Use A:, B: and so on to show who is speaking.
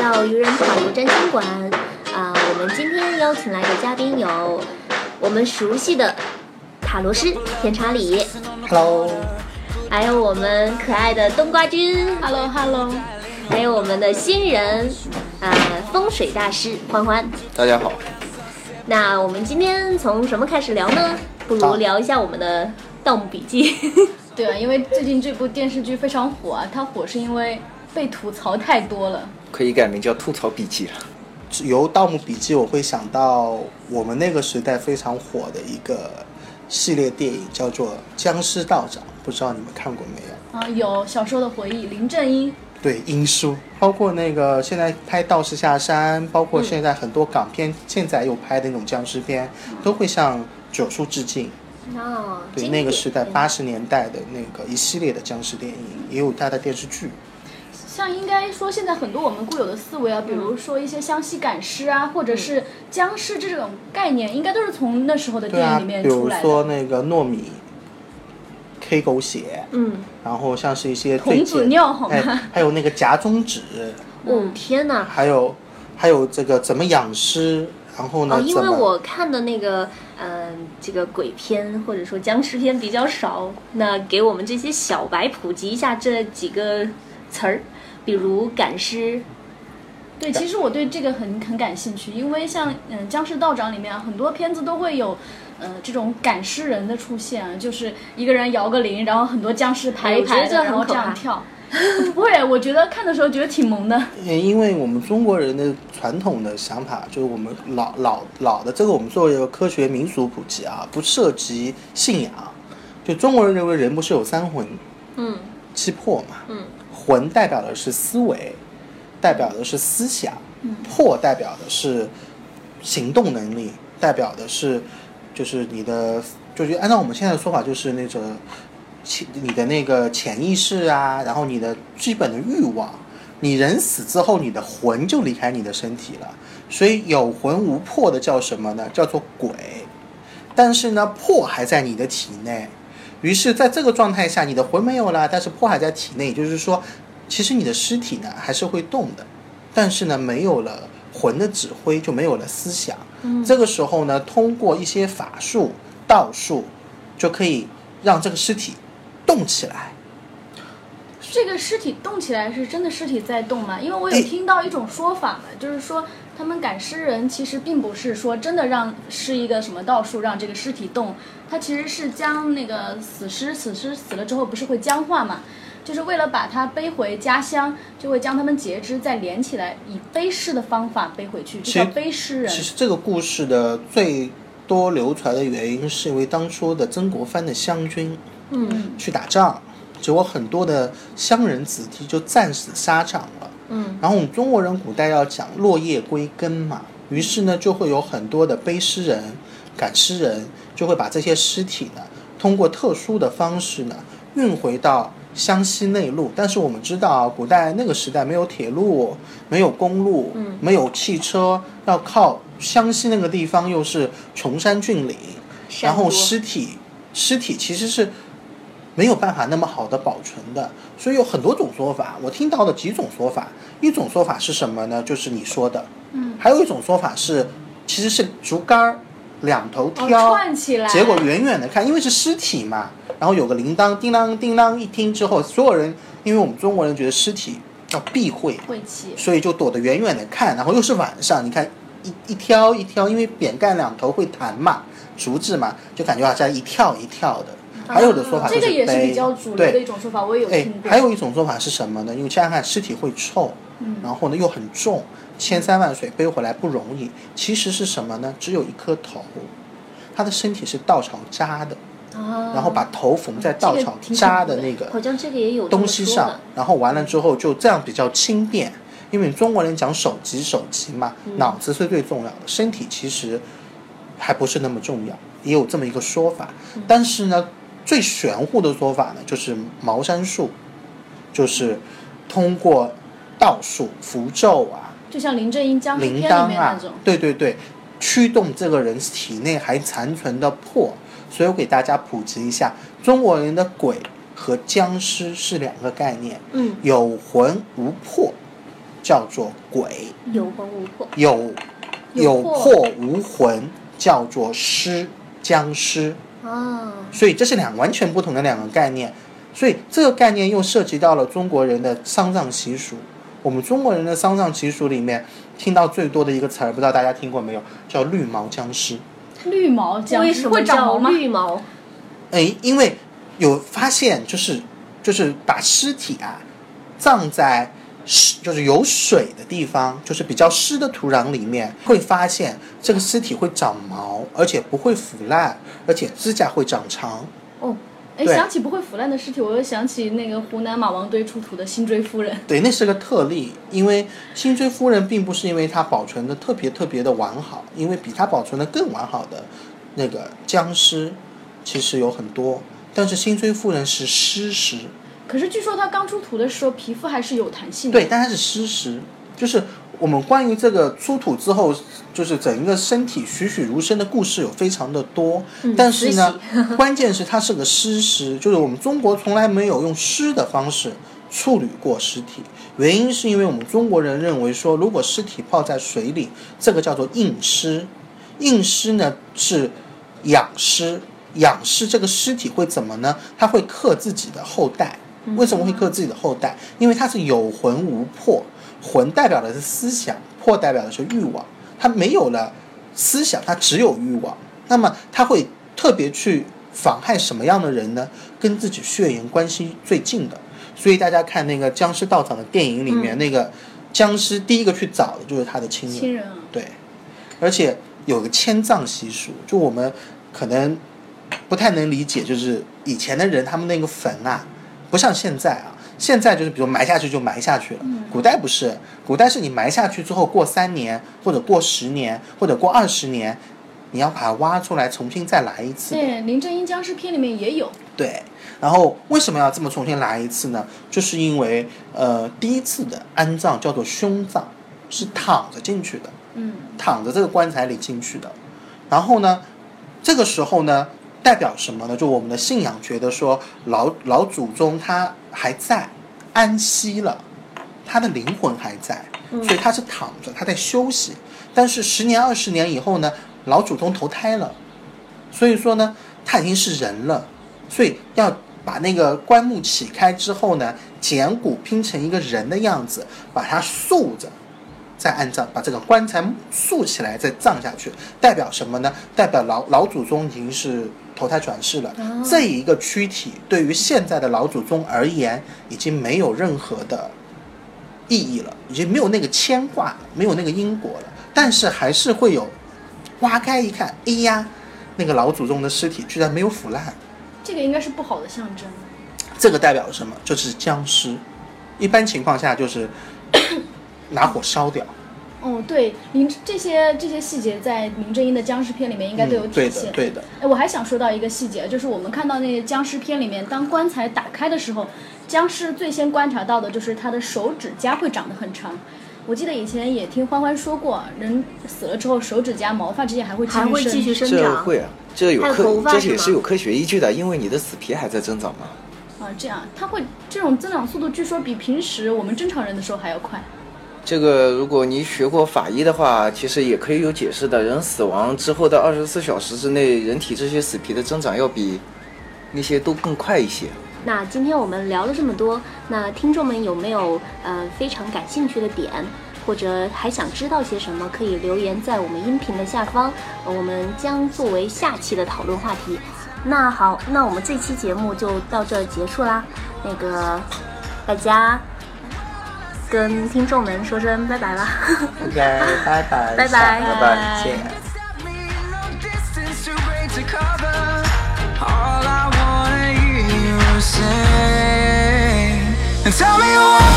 A: 到愚人草油占星馆。啊、我们今天邀请来的嘉宾有我们熟悉的塔罗师甜茶里，
B: Hello，
A: 还有我们可爱的冬瓜君，
C: Hello Hello，
A: 还有我们的新人啊、风水大师欢欢。
D: 大家好，
A: 那我们今天从什么开始聊呢？不如
B: 好
A: 聊一下我们的《盗墓笔记》
C: 对啊，因为最近这部电视剧非常火啊，它火是因为被吐槽太多了。
D: 可以改名叫吐槽笔记了。
B: 由《盗墓笔记》我会想到我们那个时代非常火的一个系列电影，叫做《僵尸道长》，不知道你们看过没有？
C: 啊，有小时候的回忆，林正英，
B: 对，英叔，包括那个现在拍《道士下山》，包
C: 嗯
B: 括现在很多港片，现在又拍的那种僵尸片，都会向九叔致敬。
A: 哦，
B: 对，
A: 经
B: 那个
A: 典
B: 时代
A: 嗯
B: 八十年代的那个一系列的僵尸电影，也有它的电视剧。
C: 像应该说现在很多我们固有的思维啊，比如说一些湘西赶尸啊，或者是僵尸这种概念，应该都是从那时候的
B: 对
C: 电
B: 啊，
C: 影里面
B: 比
C: 出
B: 如
C: 来
B: 说
C: 的。
B: 那个糯米、K 狗血，
A: 嗯，
B: 然后像是一些
C: 童
B: 最
C: 子
B: 简
C: 尿好吗
B: 哎，还有那个夹中指，
A: 哦天哪！
B: 还有还有这个怎么养尸，然后呢、
A: 哦，因
B: 怎
A: 为
B: 么
A: 我看的那个，嗯、这个鬼片或者说僵尸片比较少，那给我们这些小白普及一下这几个词儿，比如赶尸，
C: 对，其实我对这个很很感兴趣，因为像嗯《僵尸道长》里面啊，很多片子都会有。呃，这种赶尸人的出现啊，就是一个人摇个铃，然后很多僵尸排一排
A: 我觉得
C: 的，
A: 这
C: 然后
A: 很可
C: 这
A: 怕
C: 样跳。 不会，我觉得看的时候觉得挺萌的。
B: 呃因为我们中国人的传统的想法，就是我们老老老的这个，我们作为一个科学民俗普及啊，不涉及信仰。就中国人认为人不是有三魂
A: 嗯
B: 七魄嘛，
A: 嗯，
B: 魂代表的是思维，代表的是思想，
C: 嗯
B: 魄代表的是行动能力，代表的是就是你的，就是按照我们现在的说法，就是那种潜你的那个潜意识啊，然后你的基本的欲望。你人死之后，你的魂就离开你的身体了，所以有魂无魄的叫什么呢？叫做鬼。但是呢，魄还在你的体内，于是在这个状态下，你的魂没有了，但是魄还在体内，也就是说，其实你的尸体呢还是会动的，但是呢没有了魂的指挥，就没有了思想。
A: 嗯
B: 这个时候呢，通过一些法术、道术，就可以让这个尸体动起来。
C: 这个尸体动起来是真的尸体在动吗？因为我有
B: 哎
C: 听到一种说法嘛，就是说他们赶尸人其实并不是说真的让是一个什么道术让这个尸体动，它其实是将那个死尸，死尸死了之后不是会僵化嘛，就是为了把它背回家乡，就会将他们截肢再连起来，以背尸的方法背回去，这
B: 其实
C: 叫背尸人
B: 其。实这个故事的最多流传的原因，是因为当初的曾国藩的湘军
A: 嗯
C: 嗯，
B: 去打仗，结果很多的乡人子弟就战死沙场了。
A: 嗯
B: 然后我们中国人古代要讲落叶归根嘛，于是呢就会有很多的背尸人、赶尸人，就会把这些尸体呢，通过特殊的方式呢运回到湘西内陆。但是我们知道啊，古代那个时代没有铁路，没有公路，
A: 嗯
B: 没有汽车，要靠湘西那个地方又是崇山峻岭，然后
A: 山
B: 尸体尸体其实是没有办法那么好的保存的，所以有很多种说法。我听到的几种说法，一种说法是什么呢？就是你说的，
C: 嗯，
B: 还有一种说法是，其实是竹竿儿两头
C: 哦，
B: 挑，
C: 串起来，
B: 结果远远的看，因为是尸体嘛，然后有个铃铛，叮当叮当一听之后，所有人，因为我们中国人觉得尸体要避讳，啊
C: 晦气。
B: 所以就躲得远远的看，然后又是晚上，你看一一挑一挑，因为扁担两头会弹嘛，竹子嘛，就感觉好像一跳一跳的。还有的说法就
C: 啊这个也是
B: 背
C: 比较主流的一
B: 对，
C: 种说法，我也有
B: 哎
C: 听，过。
B: 还有一种说法是什么呢？因为想想看，尸体会臭，
C: 嗯，
B: 然后呢又很重，千山万水背回来不容易。其实是什么呢？只有一颗头，他的身体是稻草扎的，
A: 啊，
B: 然后把头缝在稻
C: 这个
B: 草
C: 挺
B: 扎
C: 恐怖
B: 的
C: 的
B: 那个
A: 好像这个也有这么
B: 东西
A: 说
B: 上
A: 的，
B: 然后完了之后就这样比较轻便，因为你中国人讲手机手机嘛，
A: 嗯
B: 脑子是最重要的，身体其实还不是那么重要，也有这么一个说法。
A: 嗯
B: 但是呢，最玄乎的说法呢，就是茅山术，就是通过道术、符咒啊、
C: 就像林正英僵尸片
B: 铃
C: 里面
B: 铛
C: 那
B: 啊
C: 种，，
B: 对对对，驱动这个人体内还残存的魄。所以我给大家普及一下，中国人的鬼和僵尸是两个概念。
A: 嗯
B: 有魂无魄，叫做鬼，
A: 有魂无魄。
B: 有
C: 有
B: 有
C: 魄
B: 魄无魂叫做尸，僵尸。
A: 哦，
B: 所以这是两完全不同的两个概念。所以这个概念又涉及到了中国人的丧葬习俗。我们中国人的丧葬习俗里面，听到最多的一个词儿，不知道大家听过没有，叫绿毛僵尸。
C: 绿毛僵
A: 为
C: 尸
A: 什么
C: 会长毛
A: 叫
C: 吗？
A: 绿毛？
B: 哎，因为有发现，就是就是把尸体啊葬在湿，就是有水的地方，就是比较湿的土壤里面，会发现这个尸体会长毛，而且不会腐烂，而且指甲会长长。
C: 哦，哎，
B: 对
C: 想起不会腐烂的尸体，我又想起那个湖南马王堆出土的辛追夫人。
B: 对，那是个特例，因为辛追夫人并不是因为她保存的特别特别的完好，因为比她保存的更完好的那个僵尸其实有很多，但是辛追夫人是尸尸。
C: 可是据说她刚出土的时候皮肤还是有弹性的。
B: 对，但它是湿食，就是我们关于这个出土之后，就是整一个身体栩栩如生的故事有非常的多，
A: 嗯
B: 但是呢，关键是它是个湿食，就是我们中国从来没有用湿的方式处理过尸体，原因是因为我们中国人认为说，如果尸体泡在水里，这个叫做硬尸，硬尸呢是养尸。养尸这个尸体会怎么呢？它会克自己的后代。为什么会克自己的后代？因为它是有魂无魄，魂代表的是思想，魄代表的是欲望。它没有了思想，它只有欲望。那么它会特别去妨害什么样的人呢？跟自己血缘关系最近的。所以大家看那个僵尸道长的电影里面，那个僵尸第一个去找的就是他的亲人。
C: 亲人啊，
B: 对，而且有个迁葬习俗，就我们可能不太能理解，就是以前的人他们那个坟啊，不像现在啊，现在就是比如埋下去就埋下去了，古代不是，古代是你埋下去之后过三年或者过十年或者过二十年，你要把它挖出来重新再来一次。
C: 对，林正英僵尸片里面也有。
B: 对，然后为什么要这么重新来一次呢？就是因为呃，第一次的安葬叫做胸葬，是躺着进去的。
C: 嗯，
B: 躺着这个棺材里进去的。然后呢，这个时候呢，代表什么呢？就我们的信仰觉得说老老祖宗他还在，安息了，他的灵魂还在，所以他是躺着，他在休息。但是十年二十年以后呢，老祖宗投胎了，所以说呢，他已经是人了，所以要把那个棺木起开之后呢，剪骨拼成一个人的样子，把它竖着，再安葬，把这个棺材竖起来再葬下去，代表什么呢？代表老老祖宗已经是投胎转世了。这一个躯体对于现在的老祖宗而言，已经没有任何的意义了，已经没有那个牵挂了，没有那个因果了。但是还是会有，挖开一看，哎呀，那个老祖宗的尸体居然没有腐烂，
C: 这个应该是不好的象征。
B: 这个代表什么？就是僵尸。一般情况下就是 拿火烧掉。
C: 哦，对，林这些这些细节在林正英的僵尸片里面应该都有
B: 嗯对
C: 体
B: 的
C: 现。，
B: 对的。
C: 哎，我还想说到一个细节，就是我们看到那些僵尸片里面，当棺材打开的时候，僵尸最先观察到的就是他的手指甲会长得很长。我记得以前也听欢欢说过，人死了之后手指甲、毛发这些还会继续
A: 还会继续
C: 生
A: 生
D: 这
A: 长。
D: 会啊，这有
A: 还有头
D: 科，
A: 发
D: 这
A: 是
D: 也
A: 吗
D: 是有科学依据的，因为你的死皮还在增长嘛。
C: 啊，这样它会这种增长速度，据说比平时我们正常人的时候还要快。
D: 这个如果你学过法医的话，其实也可以有解释的。人死亡之后的二十四小时之内，人体这些死皮的增长要比那些都更快一些。
A: 那今天我们聊了这么多，那听众们有没有呃非常感兴趣的点，或者还想知道些什么，可以留言在我们音频的下方，呃我们将作为下期的讨论话题。那好，那我们这期节目就到这儿结束啦。那个大家跟听众们说声拜拜啦，
B: OK，拜拜，
A: 拜拜
B: 拜拜，见。
E: Can't stop me, no distance too great to cover. All I wanna hear you sing. And tell me why